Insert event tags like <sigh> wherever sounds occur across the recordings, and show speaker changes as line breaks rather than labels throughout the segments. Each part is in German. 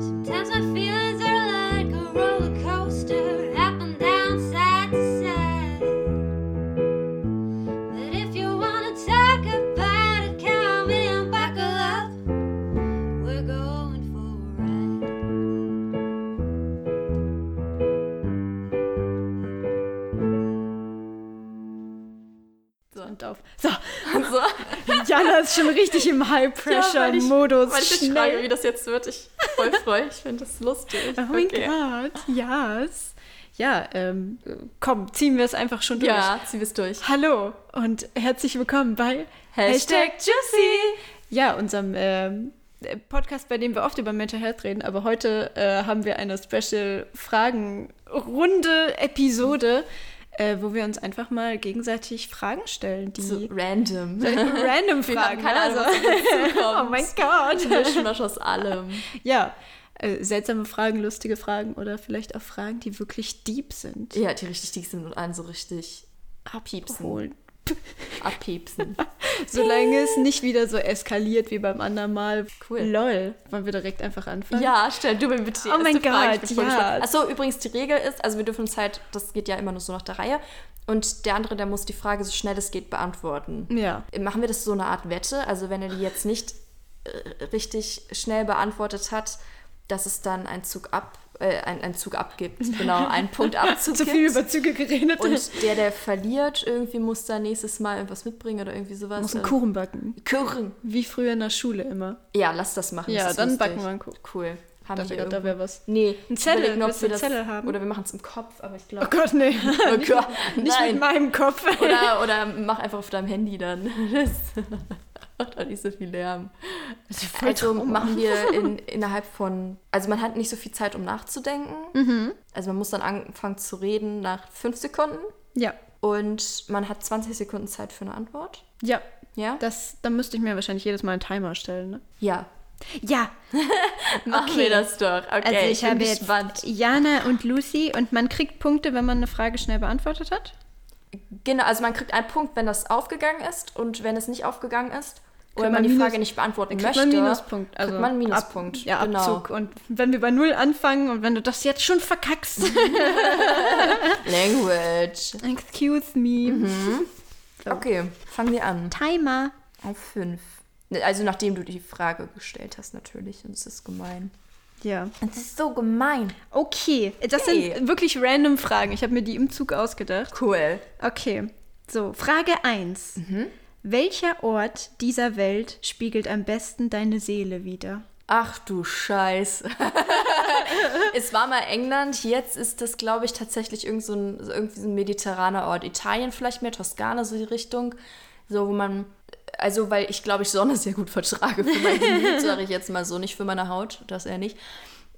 Sometimes my feelings are like a roller coaster, up and down, side to side. But if you wanna talk about it, come in, buckle up. We're going for a ride.
So.
Und auf. So,
So,
<laughs> Jana ist schon richtig im
weil ich-
High-Pressure-Modus.
weil ich mich frage, wie
Schnell.
das jetzt wird. Ich voll freue. Ich finde das lustig.
Oh mein
Okay.
Gott, yes. Ja, ähm, komm, ziehen wir es einfach schon durch.
Ja, zieh es durch.
Hallo und herzlich willkommen bei
Hashtag
Juicy. Ja, unserem ähm, Podcast, bei dem wir oft über Mental Health reden, aber heute äh, haben wir eine Special-Fragen-Runde-Episode, äh, wo wir uns einfach mal gegenseitig Fragen stellen, die
So random.
random
<laughs> Wir haben
Fragen.
keine Ahnung, <laughs> was auf uns
oh
zukommt.
mein Gott.
Mischmasch aus <laughs> allem.
<laughs> Ja, äh, seltsame Fragen, lustige Fragen oder vielleicht auch Fragen, die wirklich deep sind.
Ja, die richtig dick sind und einen so richtig abpiepsen.
Obwohl,
<laughs> Abpiepsen.
Solange es nicht wieder so eskaliert wie beim anderen Mal.
Cool.
Lol. Wollen wir direkt einfach anfangen?
Ja, stell du mir bitte die
Oh
erste
mein
Frage.
Gott,
ich bin voll
ja.
gespannt. Achso, übrigens, die Regel ist, also wir dürfen uns halt, das geht ja immer nur so nach der Reihe. Und der andere, der muss die Frage so schnell es geht beantworten.
Ja.
Machen wir das so eine Art Wette? Also wenn er die jetzt nicht äh, richtig schnell beantwortet hat, dass es dann einen Zug ab, äh, ein, einen Zug
<laughs>
abgibt. Genau, einen Punkt Abzug
Zu
gibt.
viel über Züge geredet.
Und der, der verliert, irgendwie muss da nächstes Mal irgendwas mitbringen oder irgendwie sowas.
muss einen
Also-
Kuchen backen.
Kuchen.
Wie früher in der Schule immer.
Ja, lass das machen.
Ja,
das ist
dann
lustig.
backen wir einen Kuchen.
Cool. Haben
Dachte
wir
grad, da wäre was.
Nee,
Ein
ich
Zettel,
überlege noch, ob
willst du
wir
einen
das,
Zettel haben?
Oder wir machen es im Kopf, aber ich
Oh <laughs>
glaube.
Gott,
<laughs>
nee.
Oh Gott,
Nicht mit
nein.
meinem Kopf. <laughs>
Oder, oder mach einfach auf deinem Handy dann. <laughs> Das <laughs> macht auch nicht so viel Lärm.
Das ist voll
Also
Trauma.
machen
<laughs>
wir in, innerhalb von. Also man hat nicht so viel Zeit, um nachzudenken.
Mhm.
Also man muss dann anfangen zu reden nach fünf Sekunden.
Ja.
Und man hat 20 Sekunden Zeit für eine Antwort.
Ja.
Ja?
Das, dann müsste ich mir wahrscheinlich jedes Mal einen Timer stellen, ne?
ja. <laughs>
Ja,
Machen
Okay.
wir das doch. Okay,
also ich,
ich, bin
habe jetzt
gespannt.
Jana und Lucy und man kriegt Punkte, wenn man eine Frage schnell beantwortet hat.
Genau, also man kriegt einen Punkt, wenn das aufgegangen ist und wenn es nicht aufgegangen ist
Kriegt
oder man
man
die
Minus-
Frage nicht beantworten
Dann kriegt
möchte,
man einen Minuspunkt. Also
kriegt man einen Minuspunkt.
Ab, ja,
genau.
Abzug. Und wenn wir bei Null anfangen und wenn du das jetzt schon verkackst,
<laughs> Genau. Language.
excuse me.
Mhm.
So.
Okay, fangen wir an.
Timer.
Auf fünf. Also nachdem du die Frage gestellt hast natürlich. Und es ist gemein.
Ja.
Es ist so gemein.
Okay, das
Okay.
sind wirklich random Fragen. Ich habe mir die im Zug ausgedacht.
Cool.
Okay, so, Frage 1.
Mhm.
Welcher Ort dieser Welt spiegelt am besten deine Seele wider?
Ach du Scheiße. <laughs> es war mal England, jetzt ist das, glaube ich, tatsächlich irgend so ein, so irgendwie so ein mediterraner Ort. Italien vielleicht mehr, Toskana, so die Richtung. So, wo man. Also, weil ich glaube, ich Sonne sehr gut vertrage für mein Gemüt, sage ich jetzt mal so, nicht für meine Haut, das eher nicht.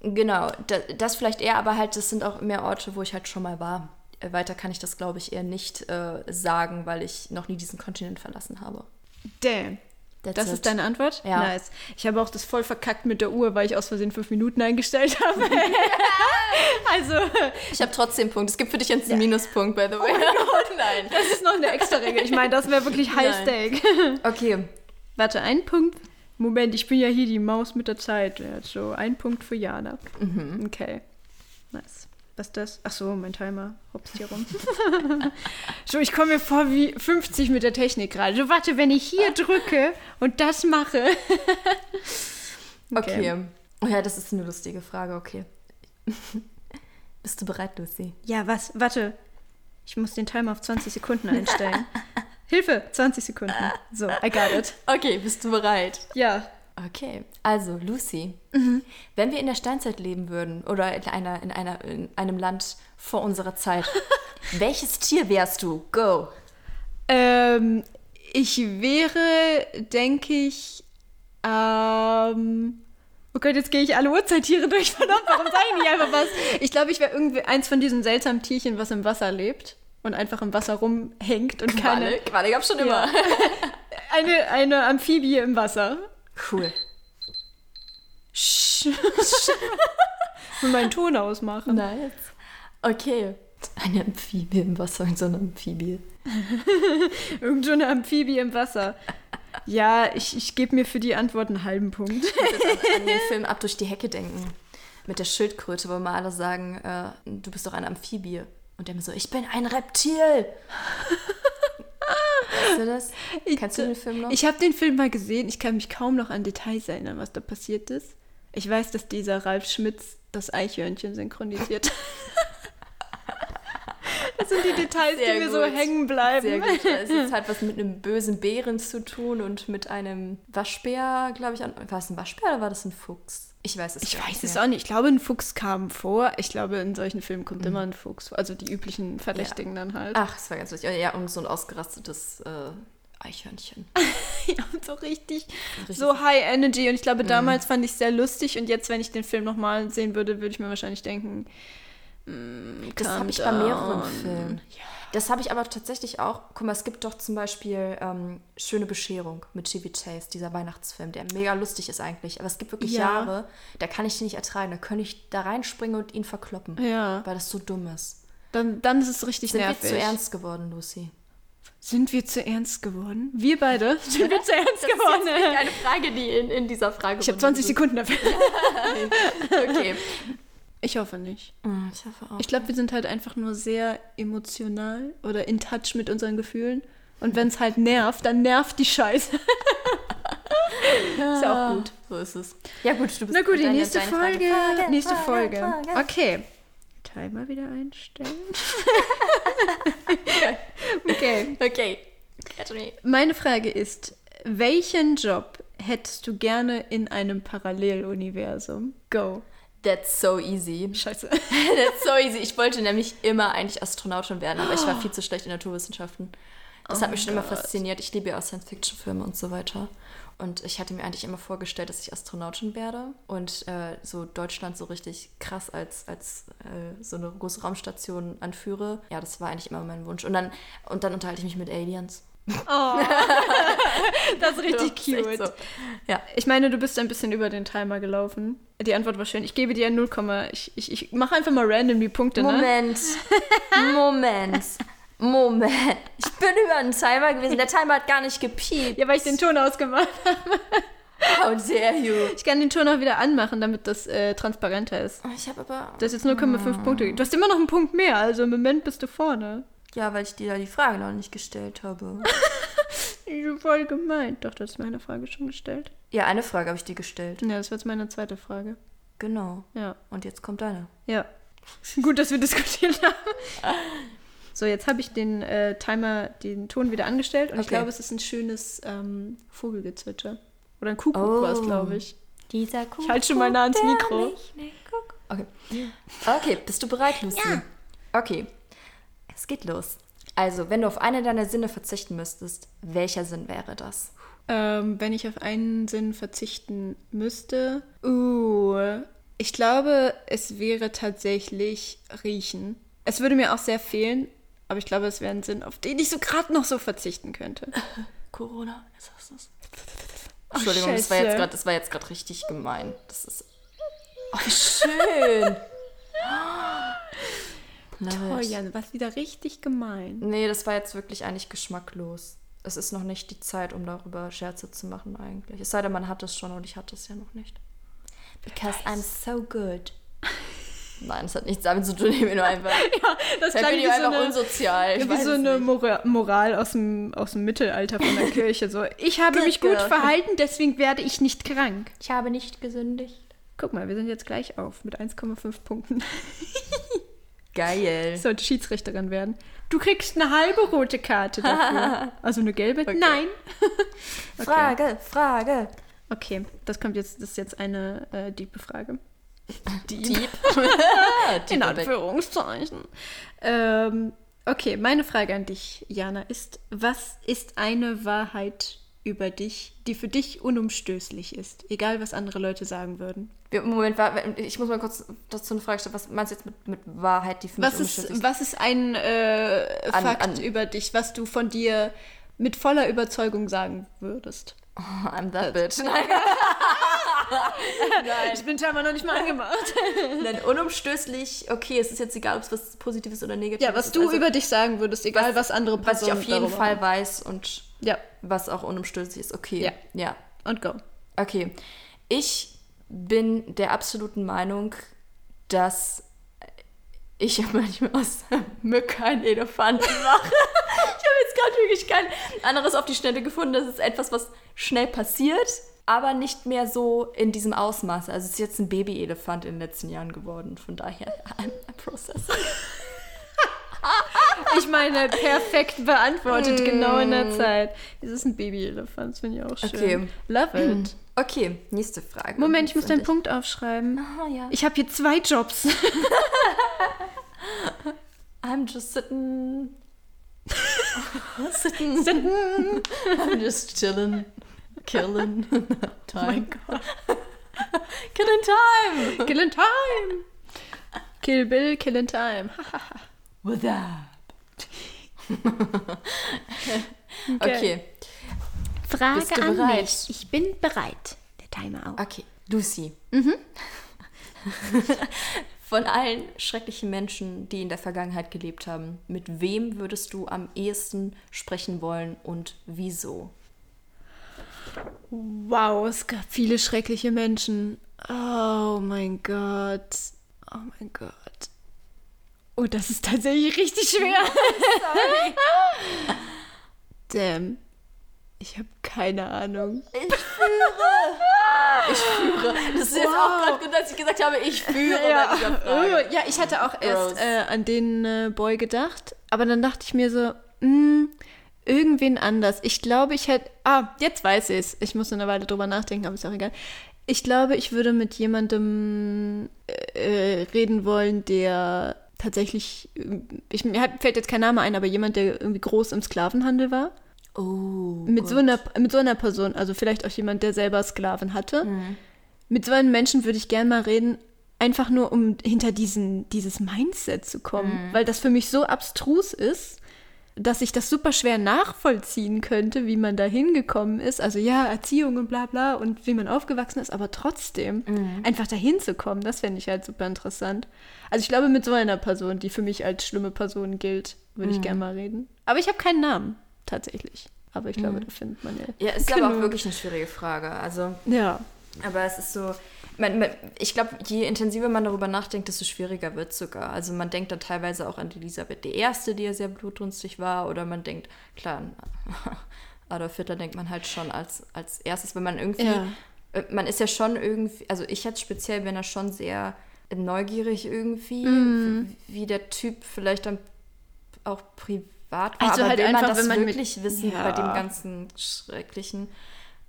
Genau, das, das vielleicht eher, aber halt, das sind auch mehr Orte, wo ich halt schon mal war. Äh, Weiter kann ich das, glaube ich, eher nicht äh, sagen, weil ich noch nie diesen Kontinent verlassen habe.
Damn.
That's
das
it.
ist deine Antwort?
Ja.
Nice. Ich habe auch das voll verkackt mit der Uhr, weil ich aus Versehen fünf Minuten eingestellt <laughs>
<laughs>
habe. also,
Ich habe trotzdem Punkt. Es gibt für dich jetzt einen Minuspunkt, by the way. Oh mein <laughs> Gott, nein.
Das ist noch eine extra Regel. Ich meine, das wäre wirklich High
Nein.
Stake.
Okay,
Warte, ein Punkt. Moment, ich bin ja hier die Maus mit der Zeit. Ja, So, ein Punkt für Jana.
Mhm.
Okay. Nice. Was ist das? Ach so, mein Timer. Hops hier
<laughs>
rum. so, ich komme mir vor wie 50 mit der Technik gerade. So, warte, wenn ich
<laughs>
hier drücke und das mache.
okay. Oh ja, das ist eine lustige Frage, okay. <laughs> Bist du bereit, Lucy?
Ja, was? Warte. Ich muss den Timer auf 20 Sekunden einstellen. Hilfe, 20 Sekunden. So, I got it.
Okay, bist du bereit? Mhm.
Ja.
Okay, also Lucy, wenn wir in der Steinzeit leben würden oder in, einer, in, einer, in einem Land vor unserer <laughs> Zeit, welches Tier wärst du? Go!
Ähm, ich wäre, denke ich, ähm, oh Gott, jetzt gehe ich alle Urzeittiere durch. Verdammt, warum sage ich nicht einfach was? Ich glaube, ich wäre irgendwie eins von diesen seltsamen Tierchen, was im Wasser lebt und einfach im Wasser rumhängt und keine.
Qualle, Qualle gab's schon immer.
Eine, eine Amphibie im Wasser.
Cool.
Sch- <laughs> Und meinen Ton ausmachen.
Nice. Okay. Eine Amphibie im Wasser, so eine Amphibie.
Irgend so eine Amphibie im Wasser.
<laughs>
Ja, ich, ich gebe mir für die Antwort einen halben Punkt.
an den Film ab durch die Hecke denken. mit der Schildkröte, wo immer alle sagen, äh, du bist doch ein Amphibie. Und der immer so, ich bin ein Reptil. Weißt du das?
Ich-
Kennst du den Film noch?
Ich habe den Film mal gesehen. Ich kann mich kaum noch an Details erinnern, was da passiert ist. Ich weiß, dass dieser Ralf Schmitz das Eichhörnchen synchronisiert hat. <laughs> Das sind die Details,
Sehr
die mir so
gut.
hängen bleiben.
Sehr gut. Also Es hat was mit einem bösen Bären zu tun und mit einem Waschbär, glaube ich. an- War es ein Waschbär oder war das ein Fuchs? Ich weiß es
Ich
gar
weiß
nicht
es
mehr.
auch nicht. Ich glaube, ein Fuchs kam vor. Ich glaube, in solchen Filmen
Mhm.
kommt immer ein Fuchs vor. Also die üblichen Verdächtigen dann halt.
Ach, es war ganz lustig. Ja, und so ein ausgerastetes äh, Eichhörnchen.
Ja, <laughs> und so richtig, so High Energy. Und ich
Mhm.
glaube, damals fand ich es sehr lustig. Und jetzt, wenn ich den Film nochmal sehen würde, würde ich mir wahrscheinlich denken, mm,
Das
calm
habe ich bei mehreren
down.
Filmen. Das habe ich aber tatsächlich auch. Guck mal, es gibt doch zum Beispiel ähm, Schöne Bescherung mit Chevy Chase, dieser Weihnachtsfilm, der mega lustig ist eigentlich. Aber es gibt wirklich
Ja.
Jahre, da kann ich den nicht ertragen. Da könnte ich da reinspringen und ihn verkloppen,
Ja,
weil das so dumm ist.
dann, dann ist es richtig
Sind
nervig. Oh,
wir zu ernst geworden, Lucy?
<laughs> Sind wir zu ernst geworden? Wir
<laughs>
beide sind wir zu ernst
Das ist jetzt
geworden.
wirklich eine Frage, die in, in dieser Frage
ne. Ich habe 20 Sekunden dafür. <laughs>
Okay.
Ich hoffe nicht.
Mm, Ich hoffe auch.
Ich glaube, wir sind halt einfach nur sehr emotional oder in touch mit unseren Gefühlen. Und wenn es halt nervt, dann nervt die Scheiße. ist ja auch gut.
So ist es. Ja, gut, du bist
Na gut, die
deine-
nächste
deine Frage.
Folge. nächste
Frage,
Folge.
Frage.
Okay. Timer wieder einstellen. <laughs> okay.
Okay. Anthony.
Meine Frage ist, welchen Job hättest du gerne in einem Paralleluniversum? Go.
That's so easy.
Scheiße.
<laughs> That's so easy. Ich wollte nämlich immer eigentlich Astronautin werden, aber ich war viel zu schlecht in Naturwissenschaften. Das
Oh
hat mich schon immer fasziniert. Ich liebe ja auch Science-Fiction-Filme und so weiter. Und ich hatte mir eigentlich immer vorgestellt, dass ich Astronautin werde und äh, so Deutschland so richtig krass als, als äh, so eine große Raumstation anführe. Ja, das war eigentlich immer mein Wunsch. Und dann, und dann unterhalte ich mich mit Aliens.
Oh. <laughs> das
<laughs>
ist richtig
Ja, ist echt
cute.
so. Ja.
Ich meine, du bist ein bisschen über den Timer gelaufen. Die Antwort war schön. Ich gebe dir 0, ich, ich, ich mache einfach mal random die Punkte, ne?
Moment.
<laughs>
Moment. Moment. Ich bin über einen Timer gewesen. Der Timer hat gar nicht gepiept.
Ja, weil ich den Ton ausgemacht habe.
<laughs> How dare you?
Ich kann den Ton auch wieder anmachen, damit das äh, transparenter ist.
Oh, Ich habe aber.
Du hast jetzt 0,5 Punkte. gegeben. Du hast immer noch einen Punkt mehr, also im Moment bist du vorne.
Ja, weil ich dir da die Frage noch nicht gestellt habe.
Voll gemeint. Doch, du hast meine Frage schon gestellt.
ja, eine Frage habe ich dir gestellt.
Ja, das war jetzt meine zweite Frage.
Genau.
Ja.
Und jetzt kommt deine.
Ja. Gut, dass wir diskutiert haben. So, jetzt habe ich den äh, Timer, den Ton wieder angestellt und ich
Okay.
glaube, es ist ein schönes ähm, Vogelgezwitscher. Oder ein Kuckuck war es,
Oh.
glaube ich.
Dieser Kuh.
Ich halte schon mal nah ans Mikro.
Okay. Okay, bist du bereit, Lucy? Ja. Okay. Es geht los. Also, wenn du auf einen deiner Sinne verzichten müsstest, welcher Sinn wäre das?
Ähm, wenn ich auf einen Sinn verzichten müsste. Uh, ich glaube, es wäre tatsächlich riechen. Es würde mir auch sehr fehlen, aber ich glaube, es wäre ein Sinn, auf den ich so gerade noch so verzichten könnte.
Corona, ist das das? Oh, Entschuldigung, das war
Scheiße.
jetzt grad- das war jetzt gerade richtig gemein. Das ist. Oh, wie <laughs> schön! Love
<laughs> Oh,
it.
Jan, was wieder richtig gemein.
Nee, das war jetzt wirklich eigentlich geschmacklos. Es ist noch nicht die Zeit, um darüber Scherze zu machen eigentlich. Es sei denn, man hat es schon und ich hatte es ja noch nicht. Because I'm so good. Nein, das hat nichts damit zu tun, ich <laughs> bin nur einfach.
Das
Vielleicht
klang
bin
wie
ich einfach
so eine,
unsozial. Ich
wie
weiß
so
es
eine
nicht.
Mora Moral aus dem, aus dem Mittelalter von
<laughs>
der Kirche. So, ich habe mich gut
girl.
verhalten, deswegen werde ich nicht krank.
Ich habe nicht gesündigt.
Guck mal, wir sind jetzt gleich auf mit 1,5 Punkten.
Geil.
Ich sollte Schiedsrichterin werden. Du kriegst eine halbe rote Karte <laughs> dafür. Also eine gelbe? Nein.
Frage, Frage.
Okay, das kommt jetzt, das ist jetzt eine äh, diepe Frage.
Dieb.
In
<laughs> Dieb aber-
Anführungszeichen. Ähm, okay, meine Frage an dich, Jana, ist: Was ist eine Wahrheit über dich, die für dich unumstößlich ist? Egal, was andere Leute sagen würden.
Wir- Moment, wa- ich muss mal kurz dazu eine Frage stellen. Was meinst du jetzt mit, mit Wahrheit, die für mich
Was
unbeschäftigt
ist, was ist ein äh,
An-
Fakt
an-
über dich, was du von dir mit voller Überzeugung sagen würdest?
<laughs> I'm that bitch. Nein. Nein.
Äh, Ich bin scheinbar noch nicht <laughs> mal angemacht.
Nein, unumstößlich, okay, es ist jetzt egal, ob es was Positives oder Negatives
Ja, was
ist.
du
Also,
über dich sagen würdest, egal was, andere
Was ich
Personen
auf jeden
darüber
Fall
haben.
weiß und
Ja,
was auch unumstößlich ist, okay.
Ja.
ja.
und go.
Okay. Ich bin der absoluten Meinung, dass ich <laughs> manchmal aus der Mücke einen Elefanten mache. <laughs> ich habe jetzt gerade wirklich kein anderes auf die Schnelle gefunden. Das ist etwas, was schnell passiert, aber nicht mehr so in diesem Ausmaß. Also es ist jetzt ein Babyelefant in den letzten Jahren geworden. Von daher, <laughs> I'm, I'm processing.
Ich meine, <laughs> perfekt beantwortet, genau in der Zeit. Es ist ein Babyelefant, das finde ich auch schön.
Okay.
Love it.
Okay, nächste Frage.
Moment, Mm. ich muss deinen
Letztendlich.
Punkt aufschreiben.
Ah, ja.
Ich habe hier zwei Jobs. <laughs>
I'm just <laughs> sitting. sitting. I'm just chilling. <laughs> Killing. Time.
mein Gott.
<laughs> Killing time.
Kill in <laughs> time. Kill Bill, kill in time. <laughs>
With that.
Okay.
okay.
Frage
Bist du
an
bereit?
mich. Ich bin bereit. Der Timer auch.
Okay, Lucy. <laughs> Von allen schrecklichen Menschen, die in der Vergangenheit gelebt haben, mit wem würdest du am ehesten sprechen wollen und wieso?
Wow, es gab viele schreckliche Menschen. Oh mein Gott. Oh mein Gott. Oh, das ist tatsächlich richtig schwer. Damn. Ich habe keine Ahnung.
Das ist jetzt auch gerade gut, als ich gesagt habe, ich führe bei dieser Frage.
Oh, <laughs> ja, ich hatte auch
Gross.
erst äh, an den äh, Boy gedacht, aber dann dachte ich mir so, mm, irgendwen anders. Ich glaube, ich hätte. Ah, jetzt weiß ich es. Ich muss eine Weile drüber nachdenken, aber ist auch egal. Ich glaube, ich würde mit jemandem äh, äh, reden wollen, der tatsächlich. ähm, Ich, mir hat- fällt jetzt kein Name ein, aber jemand, der irgendwie groß im Sklavenhandel war.
Oh,
Mit so, einer, mit so einer Person, also vielleicht auch jemand, der selber Sklaven hatte.
Mhm.
Mit so einem Menschen würde ich gerne mal reden, einfach nur um hinter diesen, dieses Mindset zu kommen, weil das für mich so abstrus ist, dass ich das super schwer nachvollziehen könnte, wie man da hingekommen ist. Also ja, Erziehung und bla bla und wie man aufgewachsen ist, aber trotzdem einfach dahin zu kommen, das fände ich halt super interessant. Also ich glaube, mit so einer Person, die für mich als schlimme Person gilt, würde ich gerne mal reden. Aber ich habe keinen Namen, tatsächlich. Aber ich glaube, da findet man ja.
Ja, ist aber auch
genug.
wirklich eine schwierige Frage. Also,
Ja.
aber es ist so. Man, man, ich glaube, je intensiver man darüber nachdenkt, desto schwieriger wird es sogar. Also man denkt dann teilweise auch an die Elisabeth I., die ja sehr blutrünstig war, oder man denkt, klar, an <laughs> Adolf Hitler denkt man halt schon als, als erstes, wenn man irgendwie,
Ja.
äh, man ist ja schon irgendwie, also ich jetzt speziell bin da schon sehr neugierig irgendwie,
Mhm.
wie wie der Typ vielleicht dann auch privat war,
Also
aber
halt
will man
einfach,
das
wenn man mit-
wirklich wissen bei dem
Ja.
ganzen Schrecklichen?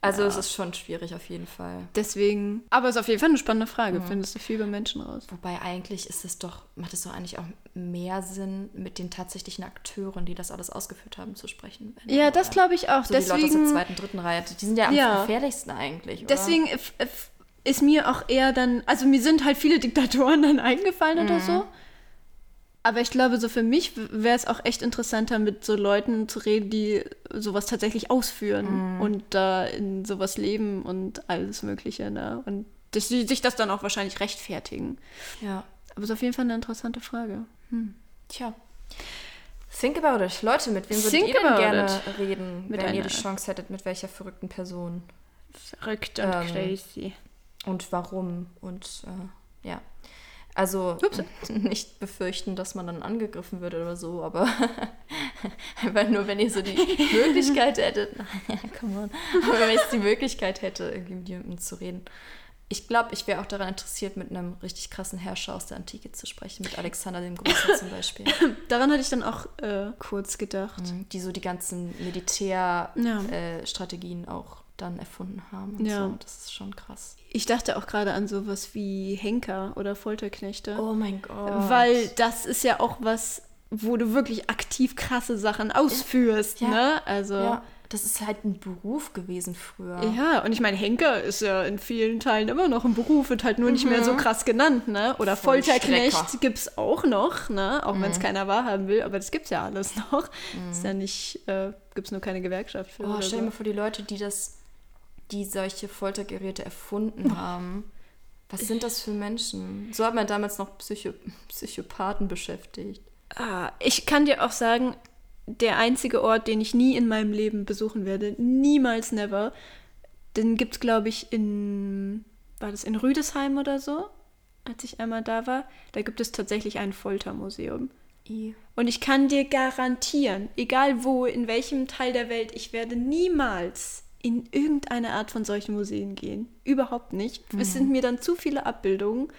Also es ist schon schwierig auf jeden Fall.
Deswegen. Aber es ist auf jeden Fall eine spannende Frage. Findest du viel über Menschen raus?
Wobei eigentlich ist es doch, macht es doch eigentlich auch mehr Sinn, mit den tatsächlichen Akteuren, die das alles ausgeführt haben, zu sprechen. wenn
Ja,
man-
das glaube ich auch.
so die Leute aus der
deswegen
zweiten, dritten Reihe, die sind ja am
Ja.
gefährlichsten eigentlich, oder?
deswegen f- f- ist mir auch eher dann, also mir sind halt viele Diktatoren <laughs> dann eingefallen oder
Mhm.
so. Aber ich glaube, so für mich wäre es auch echt interessanter, mit so Leuten zu reden, die sowas tatsächlich
Mhm.
ausführen und da in sowas leben und alles Mögliche. Ne? Und dass sie sich das dann auch wahrscheinlich rechtfertigen.
Ja.
Aber es ist auf jeden Fall eine interessante Frage.
Tja. Think about it. Leute, mit wem würdet
Think
ihr denn
about
gerne
it.
reden,
Mit
wenn ihr
einer-
die Chance hättet, mit welcher verrückten Person?
Verrückt
und
crazy.
und warum und äh, ja. Also <laughs> nicht befürchten, dass man dann angegriffen wird oder so, aber <laughs> einfach nur, wenn ihr
<laughs>
so die Möglichkeit hättet, <laughs> naja, come on, aber wenn ich die Möglichkeit hätte, irgendwie mit jemandem zu reden. Ich glaube, ich wäre auch daran interessiert, mit einem richtig krassen Herrscher aus der Antike zu sprechen, mit Alexander dem Großen
<laughs>
zum Beispiel, Mhm,
Daran hatte ich dann auch äh, kurz gedacht.
die so die ganzen Militärstrategien
Ja.
äh, Strategien auch dann erfunden haben. Und
Ja.
so. Das ist schon krass.
Ich dachte auch gerade an sowas wie Henker oder Folterknechte.
Oh mein Gott.
weil das ist ja auch was, wo du wirklich aktiv krasse Sachen ausführst,
Ja.
ne? Also.
Ja,
Ja.
das ist halt ein Beruf gewesen früher.
und ich meine, Henker ist ja in vielen Teilen immer noch ein Beruf, wird halt nur nicht mehr
Mhm.
so krass genannt, ne? Oder
Vollstrecker.
Folterknecht gibt's auch noch, ne? Auch wenn
Mhm.
es keiner wahrhaben will, aber das gibt's ja alles <laughs> noch. Ist ja nicht, äh, gibt's nur keine Gewerkschaft für.
Oh,
oder
stell dir
so.
mal vor, die Leute, die das, die solche Foltergeräte
Hm.
erfunden haben. Was sind das für Menschen? So hat man damals noch Psycho Psychopathen beschäftigt.
Ah, ich kann dir auch sagen, der einzige Ort, den ich nie in meinem Leben besuchen werde, niemals, never, den gibt's, glaube ich, in war das in Rüdesheim oder so, als ich einmal da war, da gibt es tatsächlich ein Foltermuseum.
I.
Und ich kann dir garantieren, egal wo, in welchem Teil der Welt, ich werde niemals in irgendeine Art von solchen Museen gehen. Überhaupt nicht.
Mhm.
Es sind mir dann zu viele Abbildungen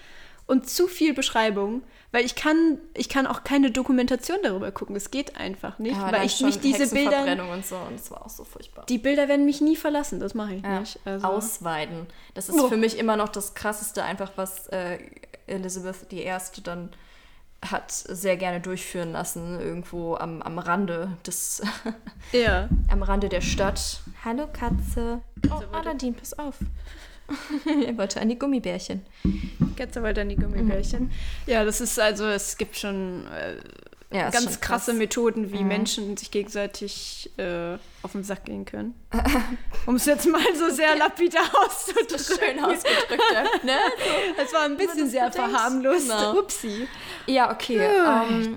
und zu viel Beschreibung, weil ich kann, ich kann auch keine Dokumentation darüber gucken. Es geht einfach nicht,
Ja,
weil
dann
ich
schon
mich diese Bilder,
Hexenverbrennung und so und es war auch so furchtbar.
die Bilder werden mich nie verlassen. Das mache ich
Ja,
nicht. Also,
Ausweiden. Das ist
Oh.
für mich immer noch das Krasseste, einfach was äh, Elizabeth die Erste dann hat sehr gerne durchführen lassen, irgendwo am, am Rande des,
ja.
am Rande der Stadt. Hallo Katze. Oh, Aladdin, pass auf. <laughs> er wollte an die Gummibärchen.
Katze wollte an die
Mhm.
Gummibärchen. Ja, das ist also, es gibt schon äh,
Ja, ist
ganz
schon
krasse
krass.
Methoden, wie Menschen sich gegenseitig äh, auf den Sack gehen können. <laughs> um es jetzt mal so sehr lapidar auszudrücken.
Schön <laughs> ausgedrückt, ne?
Es war ein bisschen sehr
bedenkt.
verharmlost.
Genau.
Upsi.
Ja, okay.
Ja.
Ähm,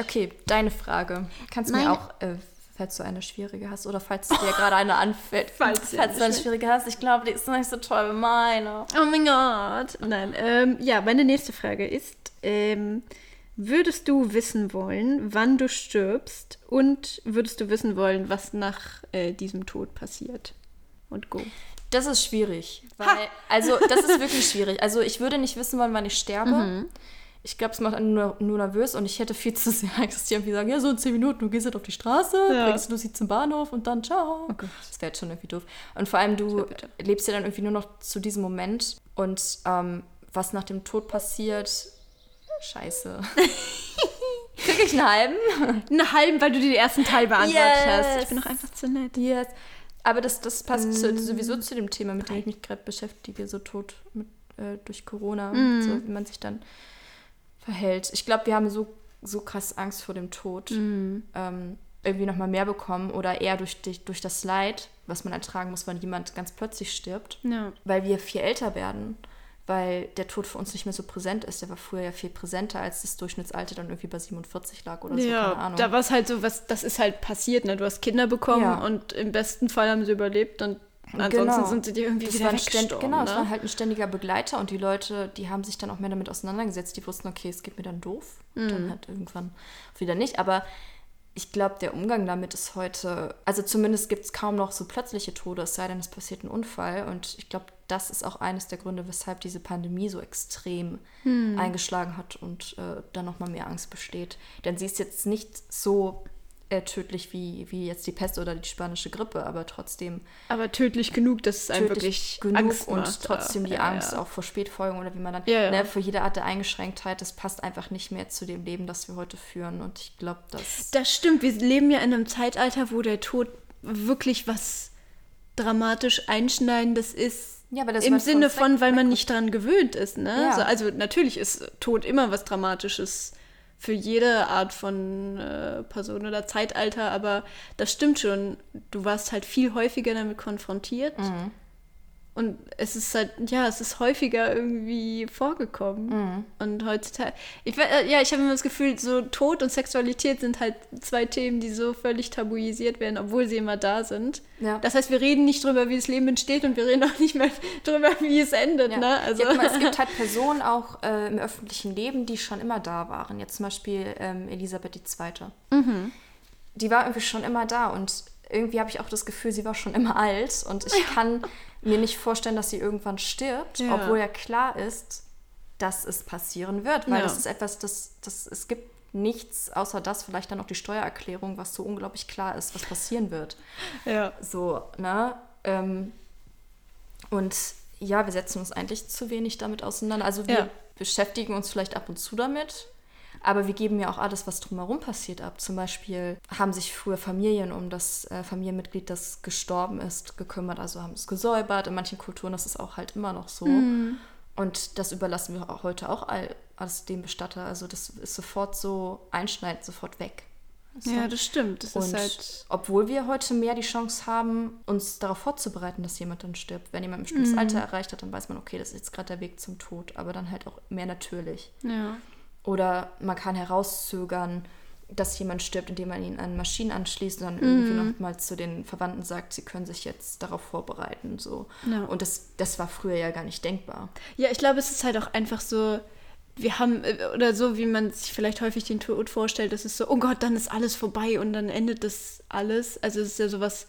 okay, deine Frage. Kannst du mir
Meine-
auch, äh, falls du eine schwierige hast oder falls dir gerade eine anfällt,
Falls dir
<laughs> falls du
eine
eine schwierige hast, ich glaube, die ist nicht so toll wie meine.
Oh mein Gott. Nein, ähm, ja, meine nächste Frage ist, ähm, würdest du wissen wollen, wann du stirbst und würdest du wissen wollen, was nach äh, diesem Tod passiert? Und go.
Das ist schwierig, weil also das ist wirklich schwierig. Also ich würde nicht wissen wollen, wann ich sterbe.
Mhm.
Ich glaube, es macht einen nur, nur nervös und ich hätte viel zu sehr <laughs> Angst, dass die irgendwie sagen, ja, so in zehn Minuten, du gehst jetzt auf die Straße,
Ja. Oh
bringst Lucy zum Bahnhof und dann ciao. das wäre jetzt schon irgendwie doof. Und vor allem, du
bitter.
lebst ja dann irgendwie nur noch zu diesem Moment und ähm, was nach dem Tod passiert,
<laughs>
scheiße. Krieg ich einen halben?
Einen halben, weil du den ersten Teil beantwortet
Yes.
hast. Ich bin doch einfach zu nett.
Yes. Aber das, das passt
Mm.
zu, sowieso zu dem Thema, mit dem ich mich gerade beschäftige, so tot mit, äh, durch Corona,
Mm.
und so wie man sich dann verhält. Ich glaube, wir haben so, so krass Angst vor dem Tod
Mm.
ähm, irgendwie nochmal mehr bekommen oder eher durch, die, durch das Leid, was man ertragen muss, wenn jemand ganz plötzlich stirbt,
Ja.
weil wir viel älter werden. Weil der Tod für uns nicht mehr so präsent ist. Der war früher ja viel präsenter, als das Durchschnittsalter dann irgendwie bei 47 lag oder so. keine
Ja,
Ahnung.
da war es halt so, was, das ist halt passiert, ne? Du hast Kinder bekommen
Ja.
und im besten Fall haben sie überlebt und ansonsten
Genau.
sind sie dir irgendwie
das
wieder
war ein ständ,
weggestorben.
Genau, das war
ne?
halt ein ständiger Begleiter und die Leute, die haben sich dann auch mehr damit auseinandergesetzt. Die wussten, okay, es geht mir dann doof. Und
Mhm.
Dann halt irgendwann wieder nicht. Aber ich glaube, der Umgang damit ist heute, also zumindest gibt es kaum noch so plötzliche Tode, es sei denn, es passiert ein Unfall. Und ich glaube, das ist auch eines der Gründe, weshalb diese Pandemie so extrem
Hm.
eingeschlagen hat und äh, dann nochmal mehr Angst besteht. Denn sie ist jetzt nicht so äh, tödlich wie, wie jetzt die Pest oder die spanische Grippe, aber trotzdem
Aber tödlich genug, dass es einem
tödlich
wirklich
genug
Angst
und
macht. äh,
trotzdem die
ja,
Angst
ja.
auch vor Spätfolgen oder wie man dann
Ja, ja.
Ne, für jede Art der Eingeschränktheit, das passt einfach nicht mehr zu dem Leben, das wir heute führen. Und ich glaube, das
Das stimmt, wir leben ja in einem Zeitalter, wo der Tod wirklich was dramatisch Einschneidendes ist.
Ja, weil das
Im
weit von
Sinne
uns
von,
weg-
weil man nicht dran gewöhnt ist. Ne?
Ja.
So, also natürlich ist Tod immer was Dramatisches für jede Art von äh, Person oder Zeitalter, aber das stimmt schon. Du warst halt viel häufiger damit konfrontiert.
Mhm.
Und es ist halt, ja, es ist häufiger irgendwie vorgekommen.
Mhm.
Und heutzutage, ich, we- äh, ja, ich habe immer das Gefühl, so Tod und Sexualität sind halt zwei Themen, die so völlig tabuisiert werden, obwohl sie immer da sind.
Ja.
Das heißt, wir reden nicht drüber, wie das Leben entsteht und wir reden auch nicht mehr <laughs> drüber, wie es endet,
Ja.
ne? Also,
ja, guck mal, es gibt halt Personen auch äh, im öffentlichen Leben, die schon immer da waren. Jetzt zum Beispiel ähm, Elisabeth II.
Mhm.
Die war irgendwie schon immer da und irgendwie habe ich auch das Gefühl, sie war schon immer <laughs> alt und ich kann mir nicht vorstellen, dass sie irgendwann stirbt,
Ja.
obwohl ja klar ist, dass es passieren wird, weil
Ja.
das ist etwas, das, das es gibt nichts außer das vielleicht dann noch die Steuererklärung, was so unglaublich klar ist, was passieren wird.
<laughs> ja.
So, ne? Ähm, und ja, wir setzen uns eigentlich zu wenig damit auseinander. Also wir
Ja.
beschäftigen uns vielleicht ab und zu damit, aber wir geben ja auch alles, was drumherum passiert, ab. Zum Beispiel haben sich früher Familien um das äh, Familienmitglied, das gestorben ist, gekümmert. Also haben es gesäubert. In manchen Kulturen das ist auch halt immer noch so.
Mhm.
Und das überlassen wir auch heute auch all, alles dem Bestatter. Also das ist sofort so einschneidend, sofort weg.
ja, das stimmt. Das
Und
ist halt.
obwohl wir heute mehr die Chance haben, uns darauf vorzubereiten, dass jemand dann stirbt. Wenn jemand ein bestimmtes Alter erreicht hat, dann weiß man, okay, das ist jetzt gerade der Weg zum Tod, aber dann halt auch mehr natürlich.
Ja.
Oder man kann herauszögern dass jemand stirbt, indem man ihn an Maschinen anschließt, sondern irgendwie nochmal zu den Verwandten sagt, sie können sich jetzt darauf vorbereiten. So.
Ja.
Und das, das war früher ja gar nicht denkbar.
Ja, ich glaube, es ist halt auch einfach so, wir haben, äh, oder so, wie man sich vielleicht häufig den Tod vorstellt, das ist so, oh Gott, dann ist alles vorbei und dann endet das alles. Also es ist ja sowas,